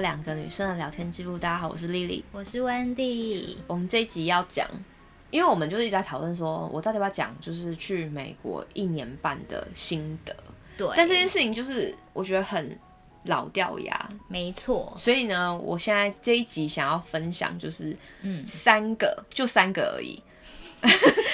两个女生的聊天记录。大家好，我是丽丽。我是 Wendy，我们这一集要讲，因为我们就是一直在讨论说，我到底要不要讲，就是去美国一年半的心得。对，但这件事情就是我觉得很老掉牙，没错，所以呢，我现在这一集想要分享就是嗯，三个，就三个而已。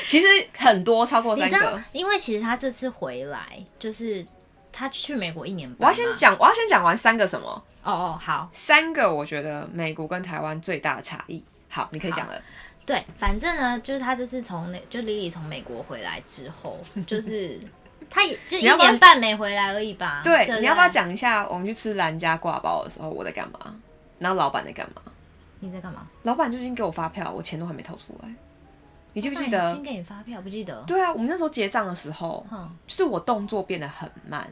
其实很多超过你三知道个。，因为其实他这次回来，就是他去美国一年我半嘛，要先讲，我要先讲完三个什么？哦哦，好，三个我觉得美国跟台湾最大的差异。好，你可以讲了。对，反正呢，就是他这次从那就 Lily 从美国回来之 后，就是他也就一你要不要年半没回来而已吧。对，对，啊你要不要？讲一下我们去吃兰家挂包的时候我在干嘛？然后老板在干嘛？你在干嘛？老板就已经给我发票，我钱都还没掏出来。你记不记那你得新？给你发票，不记得。对啊，我们那时候结账的时候，嗯，就是我动作变得很慢。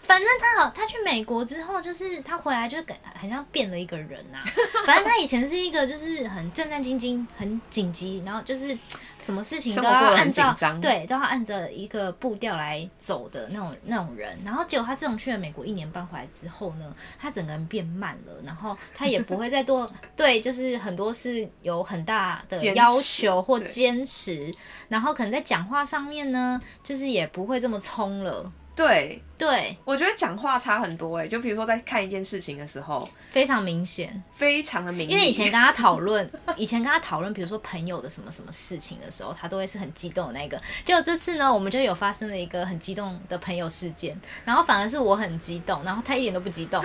反正他好，他去美国之后，就是他回来就感很像变了一个人呐、 反正他以前是一个就是很战战兢兢、很紧急，然后就是什么事情都要生活过得很按照紧张对都要按着一个步调来走的那种那种人。然后结果他自从去了美国一年半回来之后呢，他整个人变慢了，然后他也不会再多对，就是很多是有很大的坚持要求或对坚持，然后可能在讲话上面呢，就是也不会这么冲了。对，对，我觉得讲话差很多哎、就比如说在看一件事情的时候，非常明显。非常的明。因为以前跟他讨论，以前跟他讨论，比如说朋友的什么什么事情的时候，他都会是很激动的那一个。结果这次呢，我们就有发生了一个很激动的朋友事件，然后反而是我很激动，然后他一点都不激 动。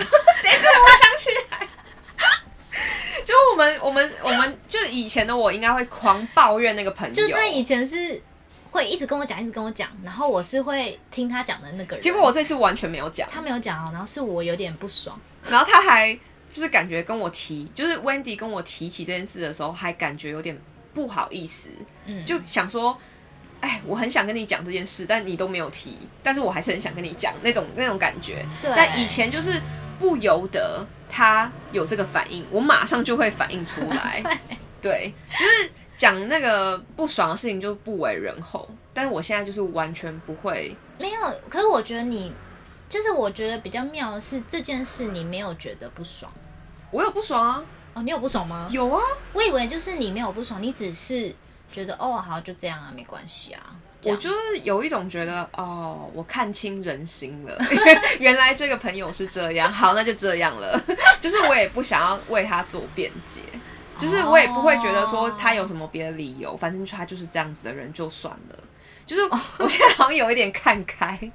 就我们我们我们就以前的我应该会狂抱怨那个朋友，就是他以前是会一直跟我讲，一直跟我讲，然后我是会听他讲的那个人。结果我这次完全没有讲。他没有讲哦，然后是我有点不爽。然后他还就是感觉跟我提，就是 Wendy 跟我提起这件事的时候，还感觉有点不好意思，嗯，就想说，哎，我很想跟你讲这件事，但你都没有提，但是我还是很想跟你讲那种那种感觉。对。但以前就是不由得他有这个反应，我马上就会反应出来，对就是讲那个不爽的事情就不为人后。但是我现在就是完全不会，没有，可是我觉得你，就是我觉得比较妙的是这件事，你没有觉得不爽我有不爽啊，哦？你有不爽吗？有啊，我以为就是你没有不爽，你只是觉得哦，好就这样啊，没关系啊。这我样就是有一种觉得，哦，我看清人心了， 原来这个朋友是这样，好，那就这样了。 就是我也不想要为他做辩解，就是我也不会觉得说他有什么别的理由，反正他就是这样子的人就算了。就是哦我现在好像有一点看开，因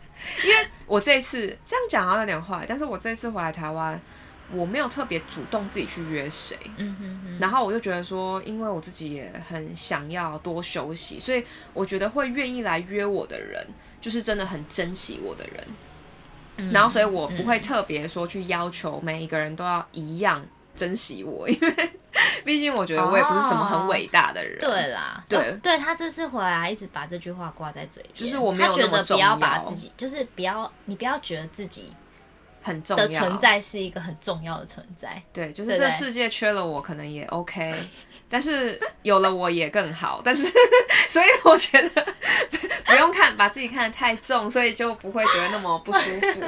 为我这一次这样讲好像有点坏，但是我这次回来台湾，我没有特别主动自己去约谁，嗯哼哼，然后我就觉得说，因为我自己也很想要多休息，所以我觉得会愿意来约我的人，就是真的很珍惜我的人。嗯然后，所以我不会特别说去要求每一个人都要一样珍惜我，因为 毕竟我觉得我也不是什么很伟大的人。对啦，对哦对他这次回来一直把这句话挂在嘴边，就是我没有他觉那么得不重要把要自己，就是不要你不要觉得自己很重要的存。在是一个很重要的存在。对，就是对不这对世界缺了我可能也 OK，但是有了我也更好。但是，所以我觉得不用看把自己看得太重，所以就不会觉得那么不舒服。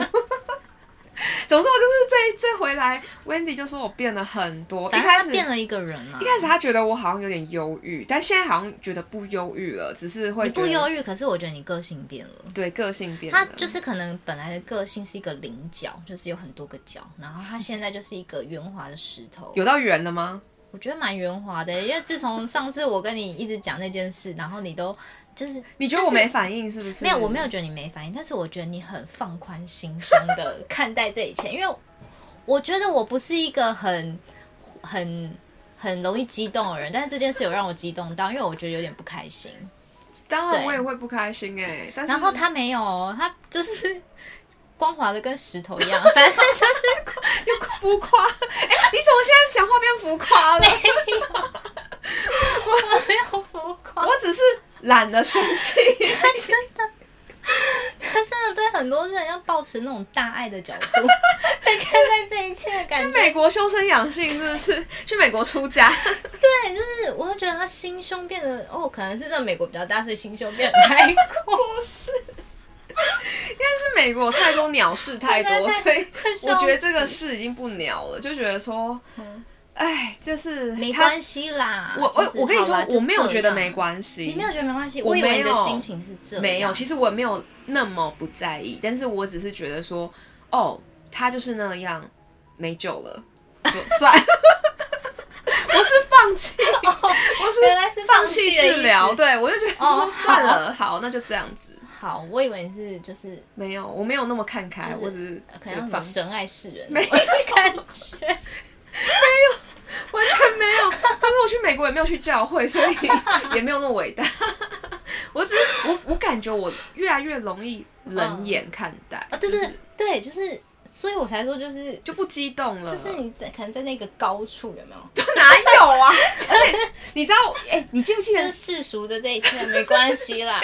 总之，我就是这一次回来，Wendy 就说我变了很多。一反正开他始变了一个人啊啦一。开始他觉得我好像有点忧郁，但现在好像觉得不忧郁了，只是会你觉不得嗯忧郁，可是我觉得你个性变了。对个性变了。他就是可能本来的个性是一个棱角，就是有很多个角，然后他现在就是一个圆滑的石头。有到圆了吗？我觉得蛮圆滑的，欸因为自从上次我跟你一直讲那件事，然后你都就是你觉得我没反应是不是？没有，我没有觉得你没反应，但是我觉得你很放宽心胸 的看待这一切，因为我觉得我不是一个很很很容易激动的人，但是这件事有让我激动到，因为我觉得有点不开心。当然对我也会不开心哎、但是然后他没有哦，他就是光滑的跟石头一样，反正就是 浮夸。哎、你怎么现在讲话变浮夸了？我没有浮夸。我只是懒得生气。他真的对很多人要保持那种大爱的角度在看待这一切的感觉。美国修身养性是不是？去美国出家，对，就是我会觉得他心胸变得 哦，可能是在美国比较大，所以心胸变得开阔。不是？应该是美国太多鸟事太多，所以快笑我 觉得死这个事已经不鸟了，就觉得说，哎，这是嗯没他关系啦。我我就是我跟你好说啦，我没有觉得没系。关系，你没有觉得没关系？我我以为你没有的心情是这样，没有，其实我没有那么不在意，但是我只是觉得说，哦，他就是那样，没救了，就算。 我是放弃，我是哦原来是放放弃弃治疗，的意思。对我就觉得哦说算了，好，那就这样子。好，我以为你是就是没有，我没有那么看开，就是我只是可能放很神爱世人没的感觉。完全没有。就是我去美国也没有去教会，所 以也没有那么伟大。我只是我我感觉我越来越容易冷眼看待啊，就对对是对，就是，所以我才说就是就不激动了，就是你在可能在那个高处有没有？ 哪有啊？ 而且你知道，哎、你记不记得就？是世俗的这一切没关 系啦，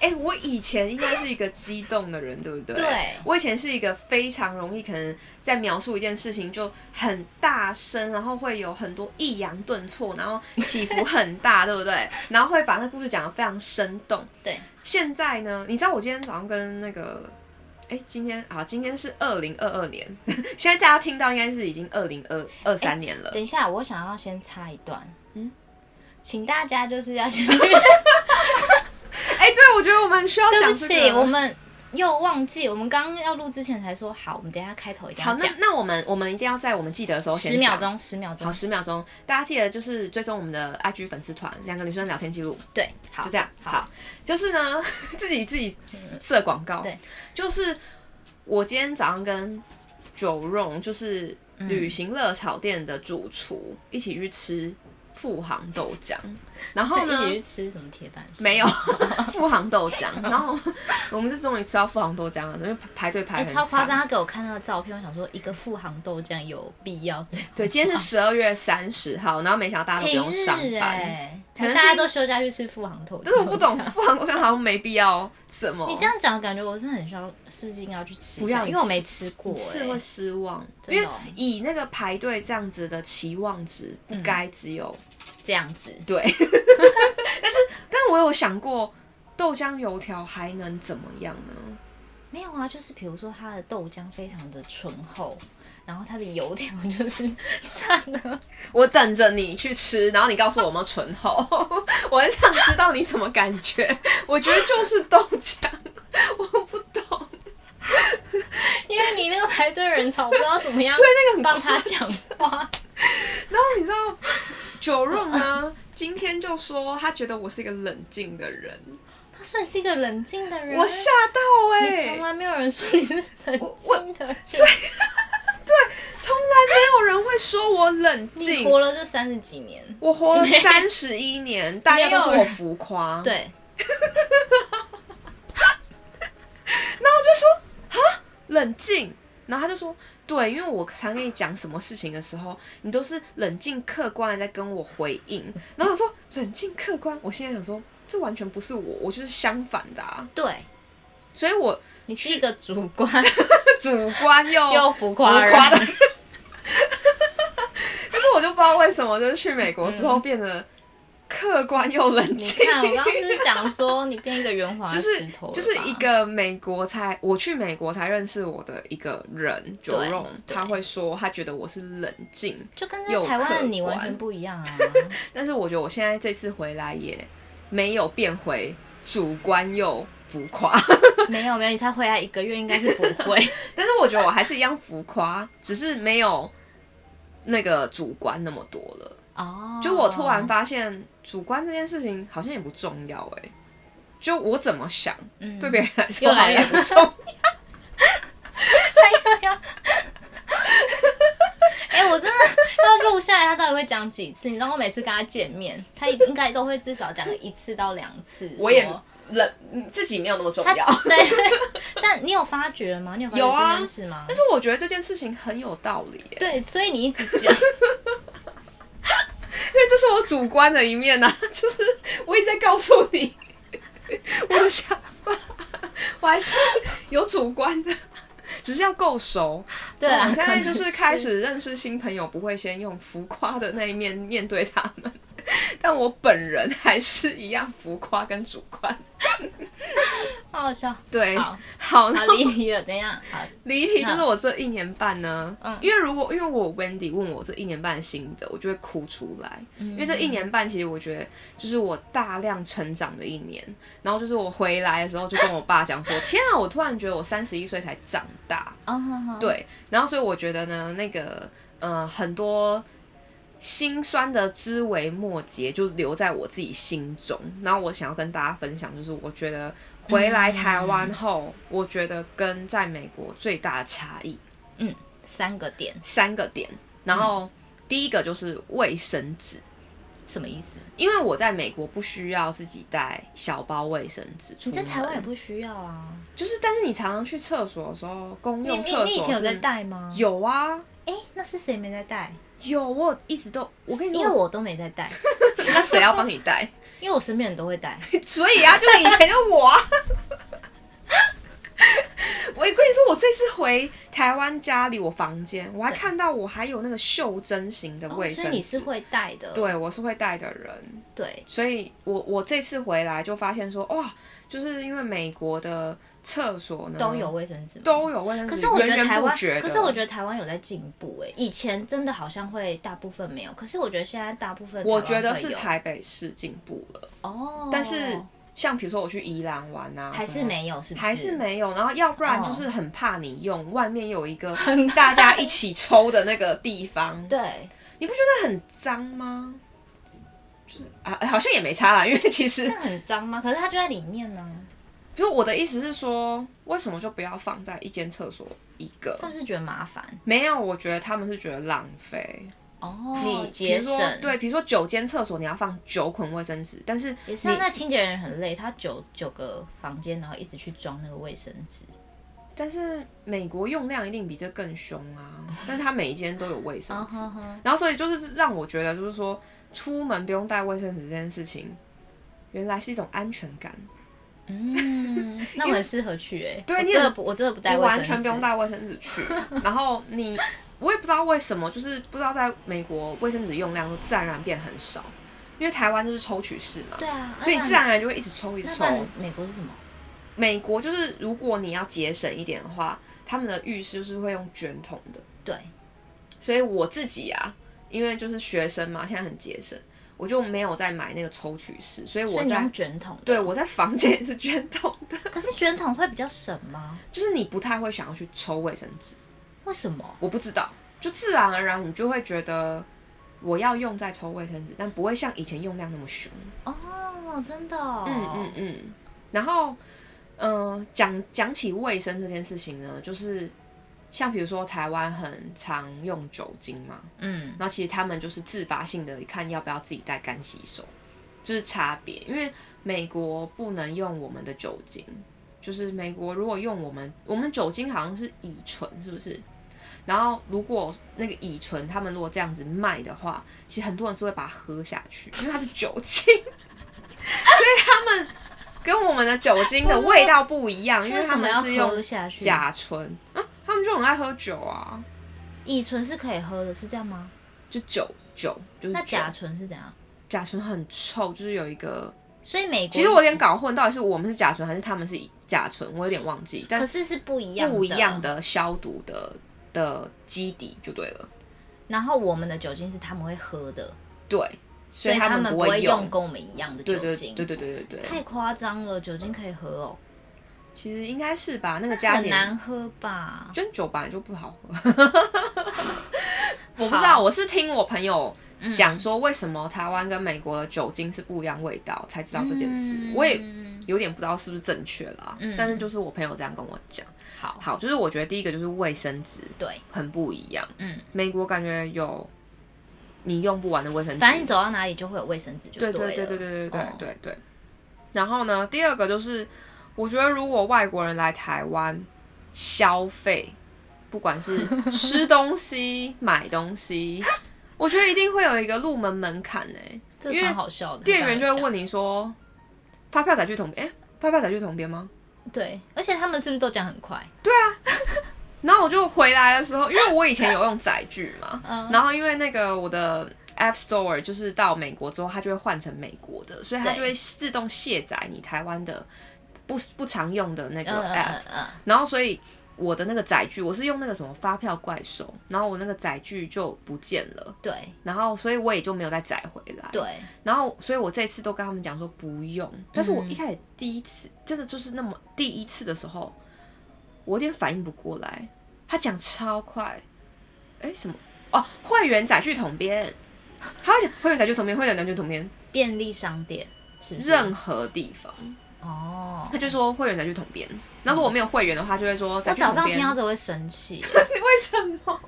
哎、我以前应该是一个激动的人，对不对？对我以前是一个非常容易，可能在描述一件事情就很大声，然后会有很多抑扬顿挫，然后起伏很大，对不 对？然后会把那故事讲得非常生动。对，现在呢，你知道我今天早上跟那个。哎，今天啊，今天是二零二二年， 现在大家听到应该是已经二零二二哎三年了。等一下，我想要先插一段，嗯嗯，请大家就是 要先，哎，对，我觉得我们需要对讲不这个。起，我们又忘记，我们刚刚要录之前才说好，我们等一下开头一定好，要那讲那我们我们一定要在我们记得的时候先十秒讲。钟，十秒好，钟，十秒钟，大家记得就是追踪我们的 IG 粉丝团“两个女生聊天记录对，”，好就，这样。好，就是呢， 自己自己设广告。嗯对，就是我今天早上跟九荣，就是嗯旅行乐炒店的主厨、一起去吃富航豆浆，然后呢，对一起去吃什么铁板烧？没 有富航豆浆，然后我们是终于吃到富航豆浆了，因为排队排哎、很超夸长张！他给我看那个照片，我想说一个富航豆浆有必要这样？对，今天是十二月三十号，然后没想到大家都不平用上日班。哎、可能是大家都休假去吃富航豆浆，但是我不懂，富航豆浆好像没必要什么。你这样讲，感觉我是很需要，是不是应该要去吃一不要下？你因为我没吃过、是会哎，失望，真因的为哦以那个排队这样子的期望值，嗯不该只有、这样子。对。但是，但我有想过，豆浆油条还能怎么样呢？没有啊，就是比如说它的豆浆非常的醇厚，然后它的油条就是真的，我等着你去吃，然后你告诉我有没有醇厚， 我很想知道你什么感觉。我觉得就是豆浆，我不懂。因为你那个排队人潮，我不知道怎 么样对那个很帮他讲话。然后你知道九润呢，今天就说他觉得我是一个冷静的人，他算是一个冷静的人，我吓到哎、你从来没有人说你是冷静的人，从来没有人会说我冷你静。活了这三十几年，我活了三十一 年，大家都说没有我人浮夸，，对，然后我就说啊冷静，然后他就说对，因为我常跟你讲什么事情的时候，你都是冷静客观的在跟我回 应，然后我说冷静客观，我现在想说这完全不是我，我就是相反的啊，对所以我你是一个主观主观又 又浮哦浮夸人，夸的 人。但是我就不知道为什么，就是去美国之后变得客观又冷你静。看，我刚刚 不是讲说你变一个圆滑就的是石头了吧就是一个美国才我去美国才认识我的一个人九荣，对他会说他觉得我是冷静，就跟又在台湾的你客观完全不一样啊！但是我觉得我现在这次回来也没有变回主观又浮夸， 没有没有，你才回来一个月，应该是不会。但是我觉得我还是一样浮夸，只是没有那个主观那么多了。哦，就我突然，发现主观这件事情好像也不重要哎、就我怎么想，嗯对别人来说又好像来也了不重 要。哎、我真的要录下来，他到底会讲几次？你知道我每次跟他见面，他应该都会至少讲一次到两次。 我也说冷嗯自己没有那么重他 要，对，但你有发觉吗？你有发觉有啊这件事吗但？是我觉得这件事情很有道理欸耶，对，所以你一直 讲，因为这是我主观的一面呐、 就是我一直在告诉你我的想法，我还是有主观的，只是要够熟。对啊，哦我现在就可是能开始认识新朋友，不会先用浮夸的那一面面对 他们，但我本人还是一样浮夸跟主观。好好笑。对， 好好，好那离题了，等一下，好，离题就是那我这一年半呢，嗯因为如果因为我 Wendy 问我这一年半的心得，我就会哭出来，嗯因为这一年半其实我觉得就是我大量成长的一年，然后就是我回来的时候就跟我爸讲说， 天啊，我突然觉得我三十一岁才长大，哦，好好对，然后所以我觉得呢，那个呃很多心酸的枝微末节就留在我自己心中，然后我想要跟大家分享，就是我觉得回来台湾后，我觉得跟在美国最大的差异三个点三个点，然后第一个就是卫生纸。什么意思？因为我在美国不需要自己带小包卫生纸出你门，在台湾也不需要啊。就是，但是你常常去厕所的时候，公你用你厕所你以前有在是？带吗？有啊，哎、那是谁没在带？有，啊我一直都，我跟你因说，为我都没在带，那谁要帮你带？ 因为我身边人都会带。所以啊，就是以前就我、 啊。我跟你说，我这次回台湾家里，我房间我还看到我还有那个袖珍型的卫哦所生纸、以你是会带的。对我是会带的人，对，所以我我这次回来就发现说，哇，就是因为美国的厕所呢都有卫生纸吗。都有卫生纸，可是我觉源得源台不湾，绝的可是我觉得台湾有在进步哎、以前真的好像会大部分没有，可是我觉得现在大部分我觉得湾会是有台北市进步了，哦，但是像比如说我去宜兰玩啊，还什是么没有，是不还是没有，然后要不然哦就是很怕你用，外面有一个大家一起抽的那个地方，对，你不觉得很脏吗？就是啊，好像也没差啦，因为其实那很脏吗？可是它就在里面呢、就是我的意思是说，为什么就不要放在一间厕所一个他？们是觉得麻烦没有，我觉得他们是觉得浪费。哦，你比节如说省对，比如说九间厕所你要放九捆卫生纸，但是也是啊，那清洁人很累，他九九个房间，然后一直去装那个卫生纸。但是美国用量一定比这更凶啊！但是它每一间都有卫生嗯纸，然后所以就是让我觉得，就是说出门不用带卫生纸这件事情，原来是一种安全感。嗯，那我很适合去哎、欸， 对我你真的很不，我真的不带你卫生纸，完全不用带卫生纸去， 然后你我也不知道为什么，就是不知道在美国卫生纸用量就自然而然变很少，因为台湾就是抽取式嘛，对啊，所以那自然而然就会一直抽一直那抽不。然美国是什么？美国就是如果你要节省一点的话，他们的浴室就是会用卷筒的。对，所以我自己啊，因为就是学生嘛，现在很节省，我就没有再买那个抽取式，所以所我以你在用卷筒的。对我在房间也是卷筒的，可是卷筒会比较省吗？就是你不太会想要去抽卫生纸，为什么？我不知道，就自然而然你就会觉得我要用再抽卫生纸，但不会像以前用量那么凶。哦，真的、哦，嗯嗯嗯，然后嗯，讲讲起卫生这件事情呢，就是像比如说台湾很常用酒精嘛，嗯然后其实他们就是自发性的看要不要自己带干洗手，就是差别。因为美国不能用我们的酒精，就是美国如果用我们我们酒精好像是乙醇，是不是？然后如果那个乙醇他们如果这样子卖的话，其实很多人是会把它喝下去，因为它是酒精，所 以他们跟我们的酒精的味道不一样，因为他什么们要是用喝下去？甲醇啊，他们就很爱喝酒啊，乙醇是可以喝的，是这样吗？就酒酒就是那酒甲醇是怎样？甲醇很臭，就是有一个，所以美国其实我有点搞混，到底是我们是甲醇还是他们是甲醇，我有点忘记，但可是是不一样不一样的。的消毒的的基底就对了，然后我们的酒精是他们会喝的，对，所所以他们不不会用用，跟我们一样的酒对对精。对对对对对，太夸张了，酒精可以喝哦，其实应该是吧，那个加很点难喝吧？真酒本来就不好 喝，我不知道，我是听我朋友。嗯讲说为什么台湾跟美国的酒精是不一样味道，才知道这件事。嗯我也有点不知道是不是正确啦，嗯但是就是我朋友这样跟我讲。好，好，就是我觉得第一个就是卫生纸对，很不一样，嗯，美国感觉有你用不完的卫生纸，反正你走到哪里就会有卫生纸，就对对对对对了对对对嗯对对。然后呢，第二个就是我觉得如果外国人来台湾消费，不管是 吃东西、买东西，我觉得一定会有一个入门门槛呢、这因为蛮好笑的。店员就这样会问你说，发票载具同哎、发票载具同编吗？讲，对，而且他们是不是都讲很快？然后我就回来的时候，因为我以前有用载具嘛，然后因为那个我的 App Store 就是到美国之后，它就会换成美国的，所以它对就会自动卸载你台湾的不不常用的那个嗯 app，、嗯嗯然后所以我的那个载具，我是用那个什么发票怪兽，然后我那个载具就不见了，对然后所以我也就没有再载回来。，对，然后所以我这次都跟他们讲说不用，但是我一开始第一次真的就是那么第一次的时候，我有点反应不过来，他讲超快，哎什么哦会员载具统编，他会讲哦会员载具统编，会员载具统编，便利商店是不是？任何地方。哦，他就说会员载具统编，那如果没有会员的话，就会说载我具统早编。上听到这会 生气，为什么？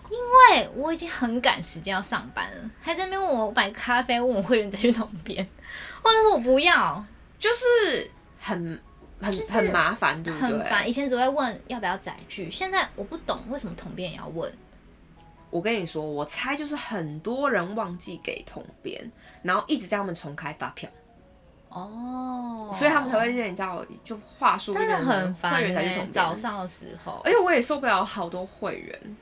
对我已经很赶时间要上班了，还在那边问我买咖啡，问我会员再去哪边， 或者是我不要，就是很很、就是很麻烦，对不很对？烦。以前只会问要不要载具，现在我不懂为什么统编也要问。我跟你说，我猜就是很多人忘记给统编，然后一直叫他们重开发票，哦，所以他们才会你知道就话术真的很烦、会员才去欸统。早编。上的时候而，且我也受不了好多会员，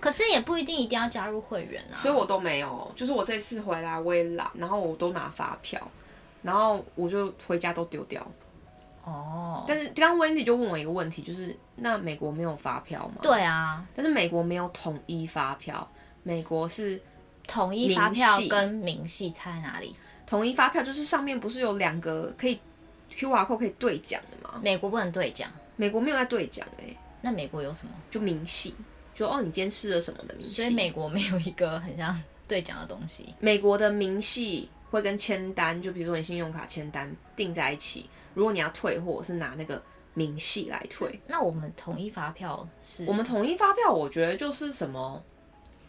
可是也不一定一定要加入会员啊。所以我都没有。就是我这次回来我也懒，然后我都拿发票，然后我就回家都丢掉。哦，但是刚刚 Wendy 就问我一个问题，就是那美国没有发票吗？对啊，但是美国没有统一发票，美国是统一发明票细跟明细差在哪里？统一发票就是上面不是有两个可以 QR code 可以兑奖的吗？美国不能兑奖，美国没有在兑奖哎，那美国有什么？就明细，就哦你今天吃了什么的明细。所以美国没有一个很像兑奖的东西。美国的明细会跟签单，就比如说你信用卡签单订在一起，如果你要退货是拿那个明细来退。那我们统一发票是我们统一发票，我觉得就是什么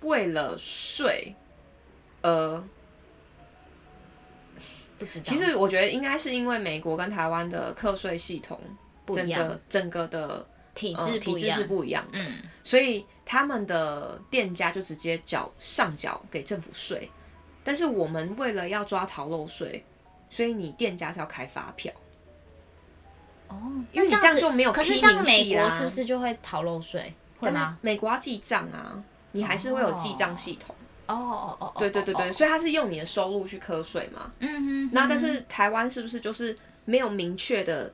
为了税，呃，不知道，其实我觉得应该是因为美国跟台湾的课税系统不整一样，个整个的体呃制体不一制样是。不一样的。嗯，所以他们的店家就直接缴上缴给政府税，但是我们为了要抓逃漏税，所以你店家是要开发票，哦，因为你那这样就没有可是批这样明美细国啦是不是就会逃漏税？会但是吗？美国要记账啊，你还是会有记账系统。哦哦哦哦，对对对对，哦，所以它是用你的收入去课税嘛。嗯嗯。那但是台湾是不是就是没有明确的，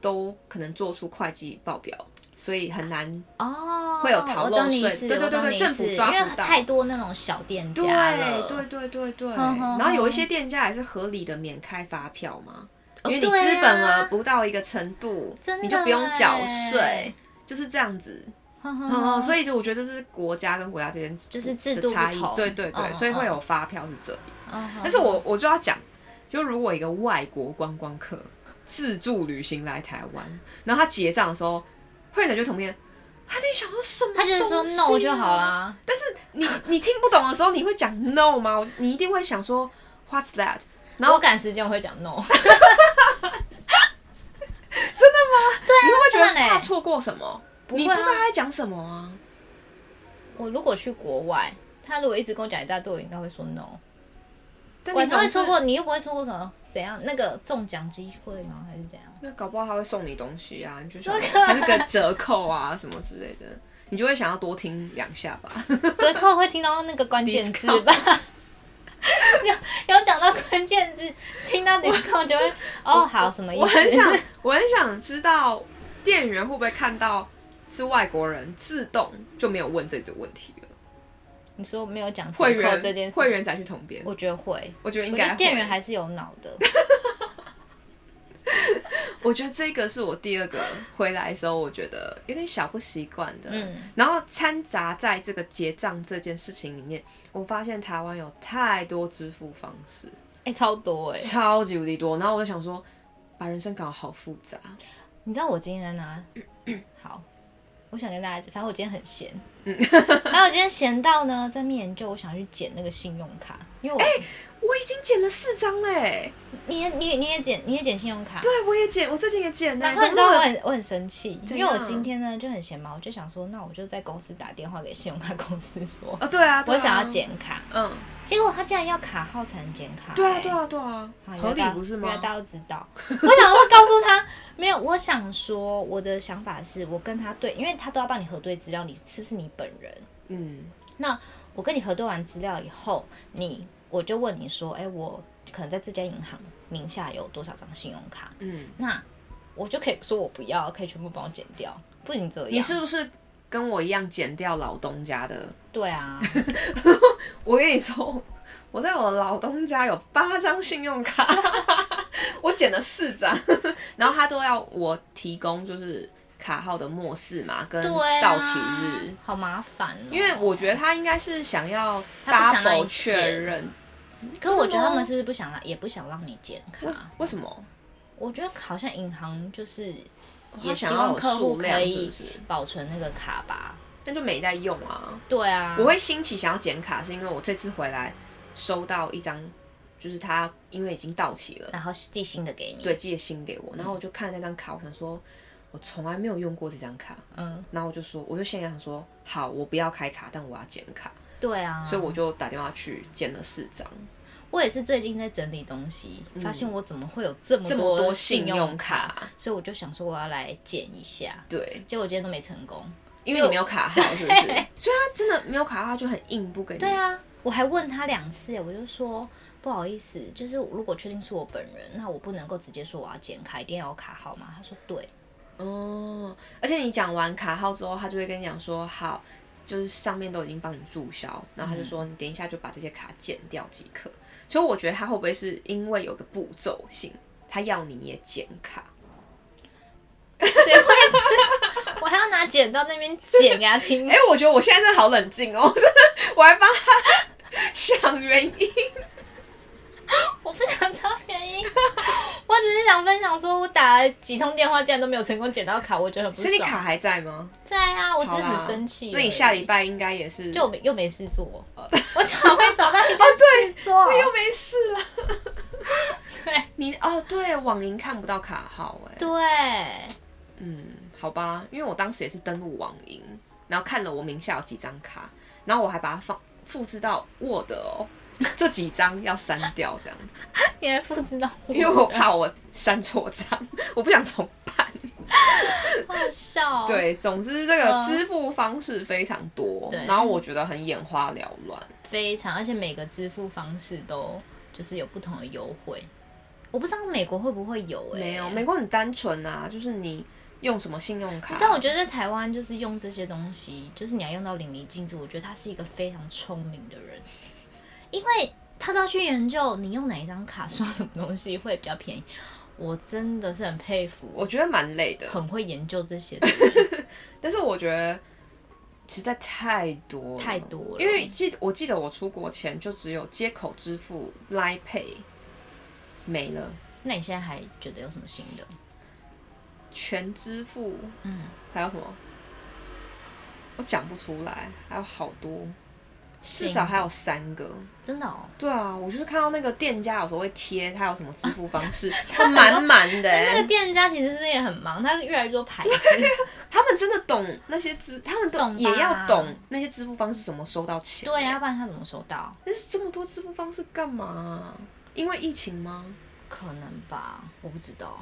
都可能做出会计报表，所以很难。哦，会有逃我漏懂你税意思对对我懂对对你意政府思抓因为不到太多那种小店对家了，对对对对，哼哼然后有一些店家也是合理的免开发票嘛。哦，因啊为你对资本啊额不到一个程度，真的你就不用缴欸税，就是这样子。哼嗯哼哦、哼所以就我觉得这是国家跟国家之间就是制的度差不异同，，对对对，嗯所以会，有发票是这里。哦但是我我就要讲，就如果一个外国观光客自助旅行来台湾，然后他结账的时候，会员就同编，他就想说什么、啊他就是说 no 就好。啦，但是你你听不懂的时候，你会讲 no 吗？我你一定会想说 what's that？然后我赶时间我会讲 no，你会不会觉得啊当然嘞怕错过什么？不你会不知啊道他在讲什么啊？我如果去国外，他如果一直跟我讲一大堆，我应该会说 no。但晚你上总会是错过，你又不会错过什么？怎样？那个中奖机会吗？还是怎样？那搞不好他会送你东西啊，你就想 还是个折扣啊什么之类的，你就会想要多听两下吧。 折扣会听到那个关键字吧？ 有有讲到关键字，听到 discount 就会哦，好什么意我很思？想，我很想知道店员会不会看到是外国人，自动就没有问这个问题了。 你说没有讲折会扣这件员事，会员才去统编，我觉得会，我觉得应我觉该得会店员还是有脑的。我觉得这个是我第二个回来的时候，我觉得有点小不习惯的。嗯，然后掺杂在这个结账这件事情里面，我发现台湾有太多支付方式， 哎、超多哎、超级无敌多。然后我就想说，把人生搞得好复杂。你知道我今天呢、好，我想跟大家，反正我今天很闲，嗯， 然后我今天闲到呢，在面研究，我想去剪那个信用卡，因为我、我已经剪了四张嘞，你也你也你也剪你也剪信用卡，对我也剪，我最近也剪了。然后你知道我很我很生气，因怎为样我今天呢就很闲嘛，我就想说，那我就在公司打电话给信用卡公司说，啊、哦，对啊，对啊我想要，剪卡，嗯，结果他竟然要卡号才能剪卡、对啊，欸对啊，对啊，好合理原来不是原吗？来大家都知道。我想说告诉他，没有，我想说我的想法是我跟他对，因为他都要帮你核对资料，你是不是你本人？嗯，那我跟你核对完资料以后，你我就问你说，哎，我可能在这家银行名下有多少张信用卡？嗯，那我就可以说我不要，可以全部帮我减掉。不仅这样，你是不是跟我一样减掉老东家的？对啊，我跟你说， 我在我老东家有八张信用卡， 我减了四张， 然后他都要我提供就是卡号的末四嘛，跟对啊到期日。好麻烦、哦。因为我觉得他应该是想要他不想让你 double 确认，可我觉得他们是不是不想让，也不想让你减卡。为什么？我觉得好像银行就是他也哦希想要望有客户数量可是以不是？保存那个卡吧。那就没在用啊。对啊，我会兴起想要剪卡，是因为我这次回来收到一张，就是他因为已经到期了，然后寄新的给你。，对，寄了新给我，然嗯后我就看那张卡，我想说，我从来没有用过这张卡，嗯，然后我就说，我就现在想说，好，我不要开卡，但我要剪卡，对啊。所以我就打电话去剪了四张，我也是最近在整理东西，发现我怎么会有这嗯么这么多信信用用卡，卡，所以我就想说我要来减一下，对，结果今天都没成功。因为你没有卡号，是不是？所以他真的没有卡号，他就很硬不给你对，啊，我还问他两次，我就说不好意思，就是如果确定是我本人，那我不能够直接说我要剪卡，一定要有卡号吗？他说 对，哦，而且你讲完卡号之后，他就会跟你讲说好，就是上面都已经帮你注销，然嗯后他就说你等一下就把这些卡剪掉即可。所以我觉得他会不会是因为有个步骤性，他要你也剪卡？谁会知？我还要拿剪刀那边剪给他听哎、。我觉得我现在真的好冷静哦，真的，我还帮他想原因。我不想知道原因，我只是想分享说，我打了几通电话，竟然都没有成功剪到卡，我觉得很不啊所以你爽。卡还在吗？在啊，我只好是啦很生气而已。那你下礼拜应该也是就没又没事做， 我常会找到一件事做。又没事了。 对你哦，对，网银看不到卡号哎、对，嗯，好吧，因为我当时也是登录网银，然后看了我名下有几张卡，然后我还把它放复制到 Word 哦，这几张要删掉这样子， 你还不知道我，因为我怕我删错账，我不想重办。好好笑哦。对，总之这个嗯支付方式非常多，对然后我觉得很眼花缭乱。非常，而且每个支付方式都就是有不同的优惠。我不知道美国会不会有哎、没有，美国很单纯啊，就是你用什么信用卡，你知道，我觉得在台湾就是用这些东西，就是你要用到淋漓尽致。我觉得他是一个非常聪明的人，因为他都要去研究你用哪一张卡刷什么东西会比较便宜。我真的是很佩服，我觉得蛮累的，很会研究这些的人，但是我觉得实在太多了太多了。因为记我记得我出国前就只有接口支付、Line Pay 没了，那你现在还觉得有什么新的？全支付嗯，还有什么？我讲不出来，还有好多，至至少还有三个。真的哦，对啊，我就是看到那个店家有时候会贴他有什么支付方式， 他满满的、 那欸个，店家其实是也很忙，他越来越多牌子，他们真的懂那些支，他们都懂吧也要懂那些支付方式怎么收到钱。对呀、，要不然他怎么收到？但是这么多支付方式干嘛啊？因为疫情吗？可能吧，我不知道。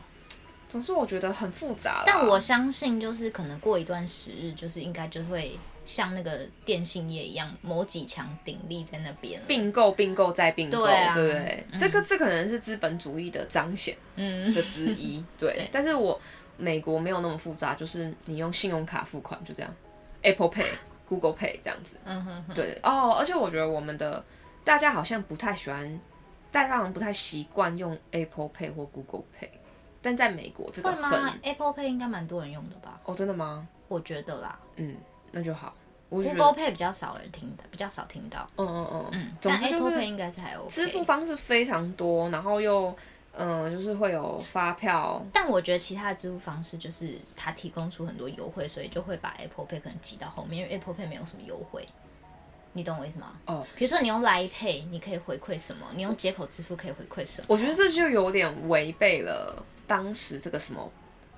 总之我觉得很复杂啦。但我相信，就是可能过一段时日，就是应该就会像那个电信业一样，某几强鼎立在那边了。并购、并购再并购，对啊不对？嗯这个这可能是资本主义的彰显嗯，的之 一，对。对但是我美国没有那么复杂，就是你用信用卡付款就这样，Apple Pay、Google Pay 这样子。嗯哼哼，对哦，而且我觉得我们的大家好像不太喜欢，大家好像不太习惯用 Apple Pay 或 Google Pay，但在美国这个会吗很？Apple Pay 应该蛮多人用的吧？哦，真的吗？我觉得啦嗯，那就好。我就觉得，Google Pay 比较少人听的，比较少听到。嗯嗯嗯嗯，总但之就 Apple 是 Pay 应该是还 OK。支付方式非常多，然后又嗯、呃就是会有发票，但我觉得其他的支付方式就是它提供出很多优惠，所以就会把 Apple Pay 可能挤到后面，因为 Apple Pay 没有什么优惠，你懂我意思吗？哦，比如说你用 Line Pay，你可以回馈什么？你用接口支付可以回馈什么？我觉得这就有点违背了当时这个什么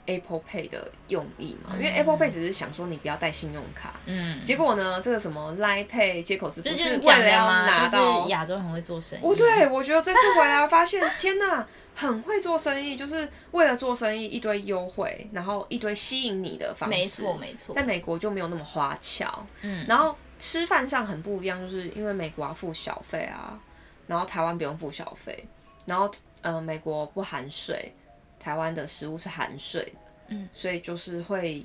Apple Pay 的用意嘛，因为 Apple Pay 只是想说你不要带信用卡。嗯，结果呢？这个什么 Line Pay 接口支付这就是是为讲了的要嘛，拿就是嗯到，亚洲人很会做生意。哦，对，我觉得这次回来发现，天哪，很会做生意，就是为了做生意一堆优惠，然后一堆吸引你的方式。没错没错在。美国就没有那么花俏，嗯然后吃饭上很不一样，就是因为美国要付小费啊，然后台湾不用付小费，然后呃美国不含税，台湾的食物是含税的，嗯，所以就是会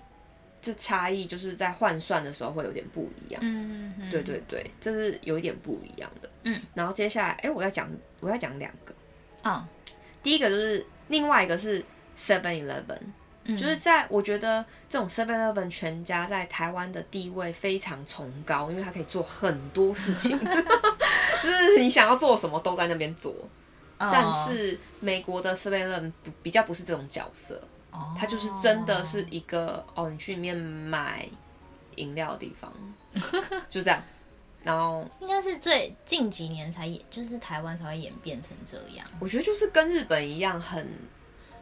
这差异就是在换算的时候会有点不一样。嗯，嗯对，对对，这是有一点不一样的。嗯，然后接下来，哎，我要讲，我要讲两个。嗯第一个就是另外一个是 Seven Eleven，、嗯，就是在我觉得这种 Seven Eleven 全家在台湾的地位非常崇高，因为它可以做很多事 情，就是你想要做什么都在那边做。哦，但是美国的 Seven Eleven 不比较不是这种角色，哦它就是真的是一个哦，你去里面买饮料的地方， 就这样。然后应该是最近几年才演，就是台湾才会演变成这样。我觉得就是跟日本一样很，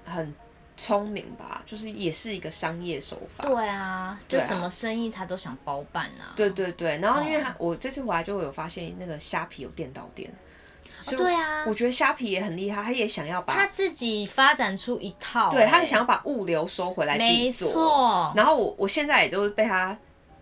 很聪明吧，就是也是一个商业手法。对啊，就对啊什么生意他都想包办啊。对对对，然后因为哦他、我这次回来就有发现那个虾皮有店到店，所以我对啊我觉得虾皮也很厉害，他也想要他把，哦自己发展出一套、对他欸也想要把物流收回来自己没做。错，然后我我现在也就是被他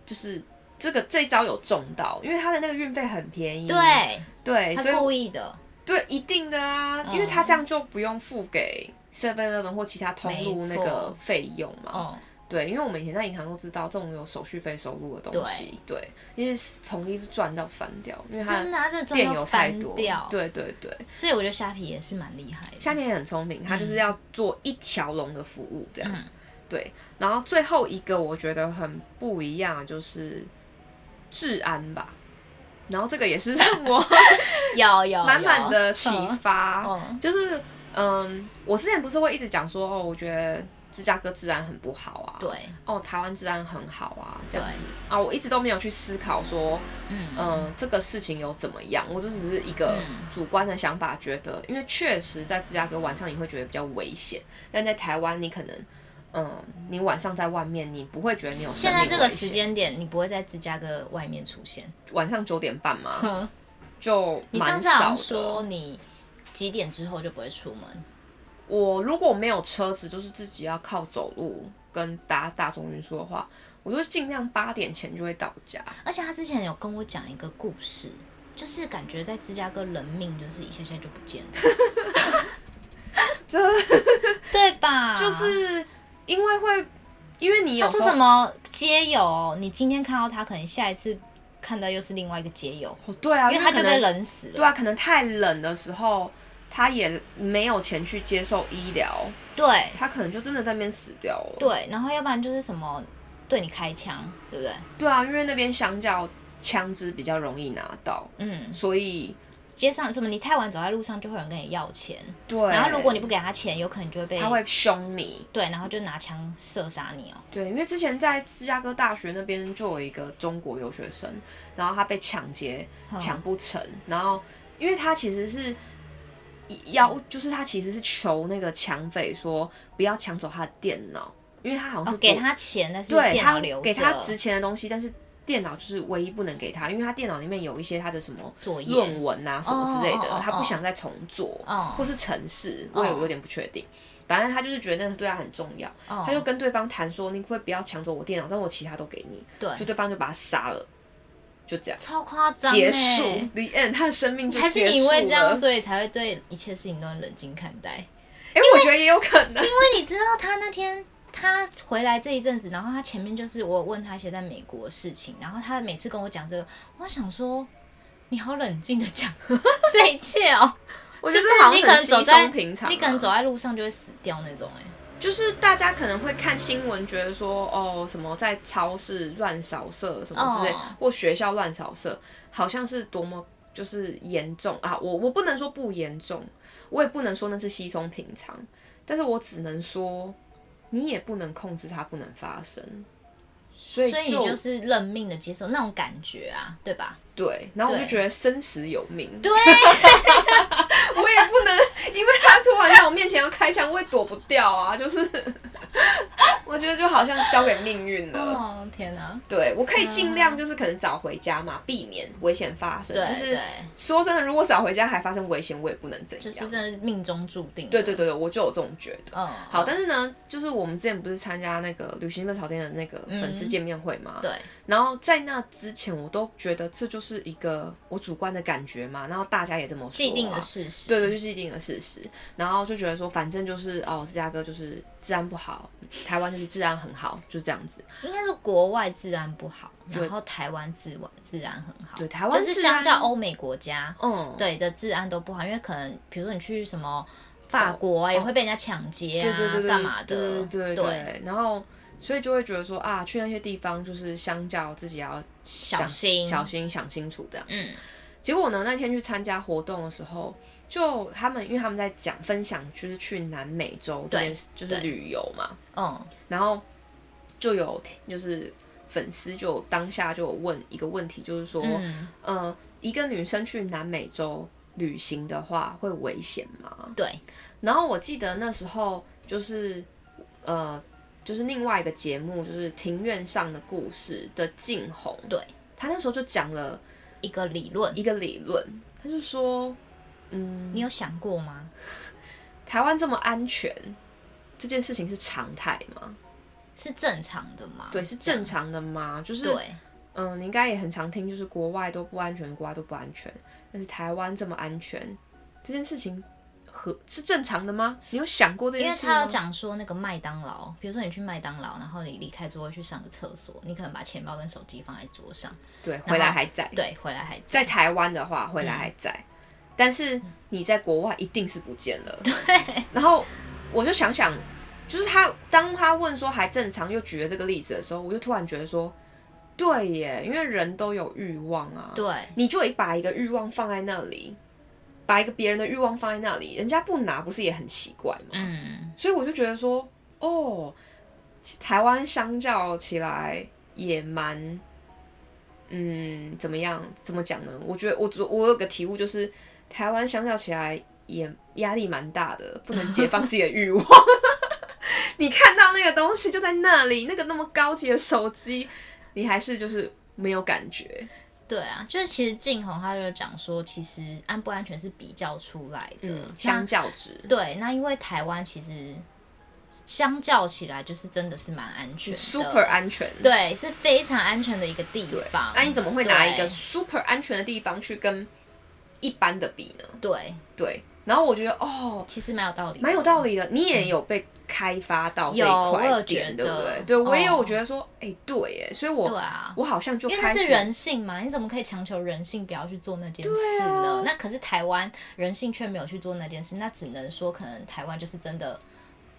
就是这个这一招有中到，因为他的那个运费很便宜，对，对，他所以故意的，对一定的啊，哦因为他这样就不用付给 Seven Eleven 或其他通路那没个错费用嘛，嗯，对，因为我们以前在银行都知道这种有手续费收入的东西，对，因为从一赚到翻掉，因为它真的、啊，这店妆有都太翻多掉，，对对对。所以我觉得虾皮也是蛮厉害的。下面也很聪明，它就是要做一条龙的服务这样，嗯对。然后最后一个我觉得很不一样，就是治安吧。然后这个也是让 我有哦有满满的启嗯发，嗯就是嗯，我之前不是会一直讲说哦，我觉得芝加哥治安很不好啊，对，哦，台湾治安很好啊，这样子啊，我一直都没有去思考说，嗯嗯、这个事情有怎么样，我就只是一个嗯主观的想法，觉得，因为确实在芝加哥晚上你会觉得比较危险，但在台湾你可能，嗯、你晚上在外面你不会觉得你有生现命在这个危险时间点，你不会在芝加哥外面出现。晚上九点半嘛，哼，就你蛮上次好少像说的。你几点之后就不会出门，我如果没有车子，就是自己要靠走路跟搭大众运输的话，我就尽量八点前就会到家。而且他之前有跟我讲一个故事，就是感觉在芝加哥人命就是一下下就不 见了，对吧？就是因为会，因为你有他时说候什么街友，你今天看到他，可能下一次看到又是另外一个街友，哦对啊，因为可他就能被冷死对了。啊，可能太冷的时候，他也没有钱去接受医疗，对他可能就真的在那边死掉了。对，然后要不然就是什么对你开枪，对不对？对啊，因为那边相较枪支比较容易拿到，嗯，所以街上什么你太晚走在路上，就会有人跟你要钱，对。然后如果你不给他钱，有可能就会被他会凶你，对，然后就拿枪射杀你哦。对，因为之前在芝加哥大学那边就有一个中国留学生，然后他被抢劫嗯抢不成，然后因为他其实是要，就是他其实是求那个抢匪说不要抢走他的电脑，因为他好像是哦，给国他钱，但是对电他脑留着，给他值钱的东西，但是电脑就是唯一不能给他，因为他电脑里面有一些他的什么作业论文啊什么之类的哦哦哦哦，他不想再重做，哦或是城市，我也有点不确定。反正他就是觉得那个对他很重要，哦他就跟对方谈说：“你可不可以不要抢走我电脑，但我其他都给你。”对就对方就把他杀了，就这样超夸张、欸，结束。The end，他的生命就还是结你因束为这样，了。 所以才会对一切事情都很冷静看待。哎，我觉得也有可能。因为你知道他那天他回来这一阵子，然后他前面就是我问他一些在美国的事情，然后他每次跟我讲这个，我想说你好冷静的讲 这一切哦，我觉就得是好像你可很能走稀在松平常啊，你可能走在路上就会死掉那种哎、就是大家可能会看新闻，觉得说哦，什么在超市乱扫射什么之类哦或学校乱扫射，好像是多么就是严重啊！我我不能说不严重，我也不能说那是稀松平常，但是我只能说，你也不能控制它不能发生，所以所以就你就是认命的接受那种感觉啊，对吧？对，然后我就对觉得生死有命，对我也 不能因为他突然在我面前要开枪，我也躲不掉啊，就是我我觉得就好像交给命运了。哦天哪，对我可以尽量就是可能早回家嘛，避免危险发生。对但是对，说真的，如果早回家还发生危险，我也不能怎样。就是真的命中注定。对对，对对，我就有这种觉得。嗯，好，但是呢，就是我们之前不是参加那个旅行乐潮店的那个粉丝见面会嘛、对，然后在那之前，我都觉得这就是一个我主观的感觉嘛，然后大家也这么说、啊既定的。事实。对对，就是既定的事实。然后就觉得说，反正就是哦，芝加哥就是治安不好，台湾就是治安很好，就这样子。应该是国外治安不好，然对后台湾治安治安很好，对台湾就是治安相较欧美国家，嗯，对的治安都不好，因为可能比如说你去什么法国啊，也会被人家抢劫哦对啊对对，对干嘛的，对对对对。然后，所以就会觉得说啊，去那些地方就是相较自己要小小心小心想清楚这样。嗯结果呢，那天去参加活动的时候，就他们因为他们在讲分享，就是去南美洲这件事，就是对旅游嘛，嗯，然后就有就是粉丝就当下就有问一个问题，就是说，嗯呃，一个女生去南美洲旅行的话会危险吗？对，然后我记得那时候就是呃。就是另外一个节目，就是《庭院上的故事》的静红，对，他那时候就讲了一个理论，一个理论，他就说，嗯，你有想过吗？台湾这么安全，这件事情是常态吗？是正常的吗？对，是正常的吗？就是，对嗯、你应该也很常听，就是国外都不安全，国外都不安全，但是台湾这么安全，这件事情和是正常的吗？你有想过这因件为事他吗有？讲说那个麦当劳，比如说你去麦当劳，然后你离开桌去上个厕所，你可能把钱包跟手机放在桌上，对，回来还在，对，回来还在在。台湾的话，嗯回来还在，但是你在国外一定是不见了。对，然后我就想想，就是他当他问说还正常，又举了这个例子的时候，我就突然觉得说，对耶，因为人都有欲望啊，对，你就把一个欲望放在那里，把一个别人的欲望放在那里，人家不拿，不是也很奇怪吗？嗯，所以我就觉得说，哦，其实台湾相较起来也蛮，嗯，怎么样？怎么讲呢？我觉得我我有个体悟，就是台湾相较起来也压力蛮大的，不能解放自己的欲望。 你看到那个东西就在那里，那个那么高级的手机，你还是就是没有感觉。对啊，就是其实静红他就讲说，其实安不安全是比较出来的。嗯，那相较值，对，那因为台湾其实相较起来，就是真的是蛮安全的 super 安全。对，是非常安全的一个地对方。那你怎么会拿一个对 super 安全的地方去跟一般的比呢？对，对，然后我觉得哦，其实蛮有道理的，蛮有道理的，你也有被开发到这一有我块有点，觉对不得对？对我也有哦觉得说，哎、对耶，所以我对啊。我好像就因为开那始是人性嘛，你怎么可以强求人性不要去做那件事呢？那可是台湾人性却没有去做那件事，那只能说可能台湾就是真的，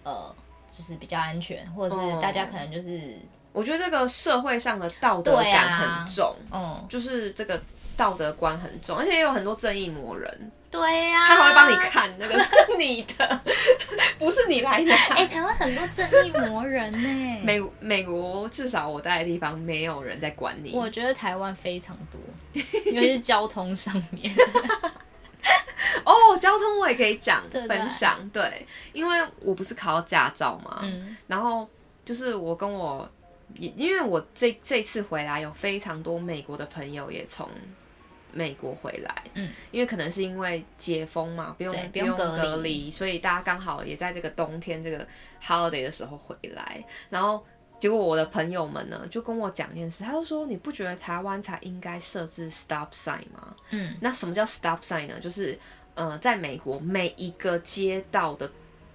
呃，就是比较安全，或者是哦大家可能就是，我觉得这个社会上的道德对感啊很重，嗯，就是这个道德观很重，而且也有很多正义魔人，对呀、他还会帮你看那个是你的， 不是你来拿。哎、台湾很多正义魔人呢、 美美国至少我待的地方没有人在管你，我觉得台湾非常 多，尤其是交通上面。哦，交通我也可以讲对不对分享，对，因为我不是考到驾照嘛，嗯然后就是我跟我，也因为我这这次回来有非常多美国的朋友也从美国回来，嗯，因为可能是因为解封嘛，不用对不不用用隔隔离离，所以大家刚好也在这个冬天这个 holiday 的时候回来，然后。结果我的朋友们呢，就跟我讲一件事，他就说：“你不觉得台湾才应该设置 stop sign 吗？嗯，那什么叫 stop sign 呢？就是呃，在美国每一个街道的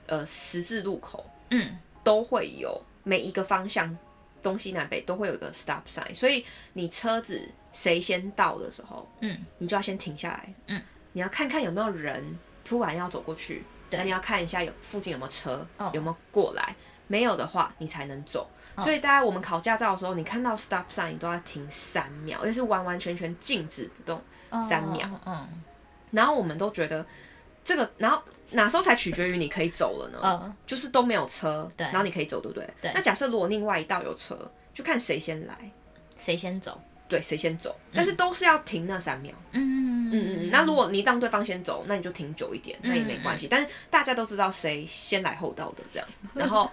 呃十字路口嗯，都会有每一个方向东西南北都会有一个 stop sign，所以你车子谁先到的时候，嗯，你就要先停下来，嗯，你要看看有没有人突然要走过去，对那你要看一下有附近有没有车、哦有没有过来，没有的话你才能走。所以大家我们考驾照的时候，你看到 stop sign 你都要停三秒，而且是完完全全静止不动。三秒嗯，然后我们都觉得这个，然后哪时候才取决于你可以走了呢？嗯就是都没有车，对然后你可以走，对不对？对那假设如果另外一道有车，就看谁先来。谁先走？对谁先走，但是都是要停那三秒。嗯嗯嗯嗯，那如果你让对方先走，那你就停久一点，那也没关系。但是大家都知道谁先来后到的这样 子，然后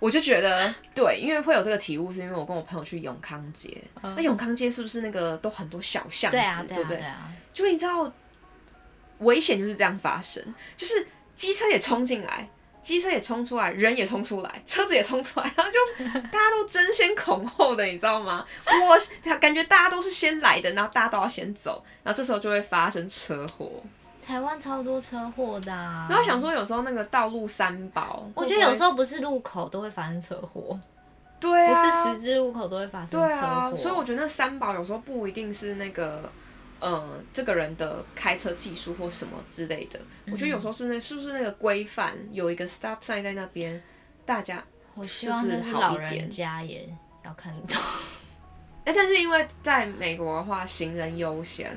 我就觉得对，因为会有这个体悟，是因为我跟我朋友去永康街，那永康街是不是那个都很多小巷子，嗯对啊，对不啊，对啊，就你知道，危险就是这样发生，就是机车也冲进来，机车也冲出来，人也冲出来，车子也冲出来，然后就大家都争先恐后的，你知道吗？我感觉大家都是先来的，然后大家都要先走，然后这时候就会发生车祸。台湾超多车祸的、啊。然后想说，有时候那个道路三宝，我觉得有时候不是路口都会发生车祸，对不啊，是十字路口都会发生对车啊祸，，所以我觉得那三宝有时候不一定是那个，呃，这个人的开车技术或什么之类的。我觉得有时候是那嗯是不是那个规范有一个 stop sign 在那边，大家我希是望不是就是好老一点人家也要看得懂。哎、但是因为在美国的话，行人优先，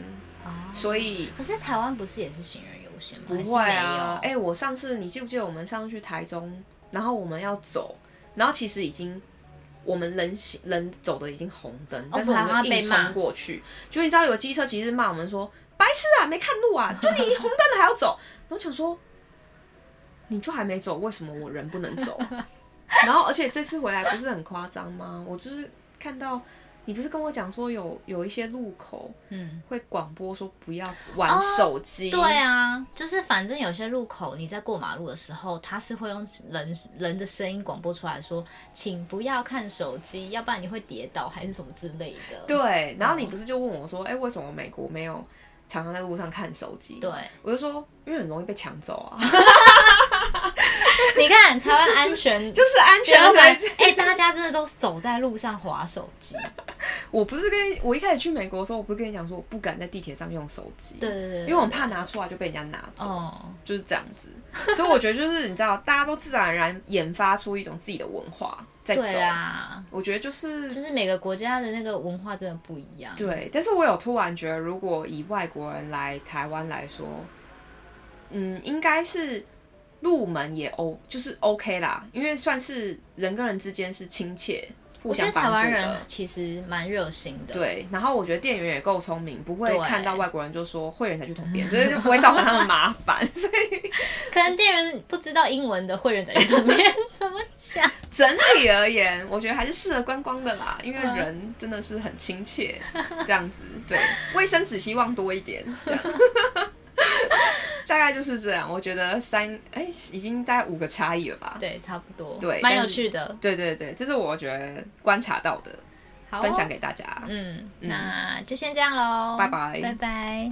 所以啊可是台湾不是也是行人优先吗？不还是会没啊。有哎、我上次你记不记得我们上次去台中，然后我们要走，然后其实已经。我们人行人走的已经红灯，但是我我们还们硬被骂冲过去。就你知道有个机车其实骂我们说白痴啊，没看路啊，就你红灯了还要走。然后想说，你就还没走，为什么我人不能走？ 然后而且这次回来不是很夸张吗？我就是看到你不是跟我讲说有有一些路口，嗯，会广播说不要玩手机、哦对啊，就是反正有些路口你在过马路的时候，它是会用人人的声音广播出来说，请不要看手机，要不然你会跌倒还是什么之类的。对，然后嗯你不是就问我说，哎、为什么美国没有常常在路上看手机？对，我就说，因为很容易被抢走啊， 你看台湾安 全就是安全全感感。，哎、大家真的都走在路上划手机。我不是跟你我一开始去美国的时候，我不是跟你讲说我不敢在地铁上用手机，对对对对因为我很怕拿出来就被人家拿走，哦，就是这样子。所以我觉得就是你知道，大家都自然而然研发出一种自己的文化在 对走。啦，我觉得就是就是每个国家的那个文化真的不一样。对，但是我有突然觉得，如果以外国人来台湾来说，嗯，应该是入门也 O，就是 OK 啦，因为算是人跟人之间是亲切，互我觉相得台帮湾助人的。其实蛮热心的。对，然后我觉得店员也够聪明，不会对看到外国人就说会员才去 统编，所以就不会造成他们麻烦。所以可能店员不知道英文的会员在里面怎么讲。整体而言，我觉得还是适合观光的啦，因为人真的是很亲切，这样子。对，卫生纸希望多一点，这样 大概就是这样。我觉得三哎、已经大概五个差异了吧？ 对，差不多，对蛮但有是趣的，对对对，这是我觉得观察到的，好哦、分享给大家。嗯嗯，那就先这样喽，拜拜拜拜。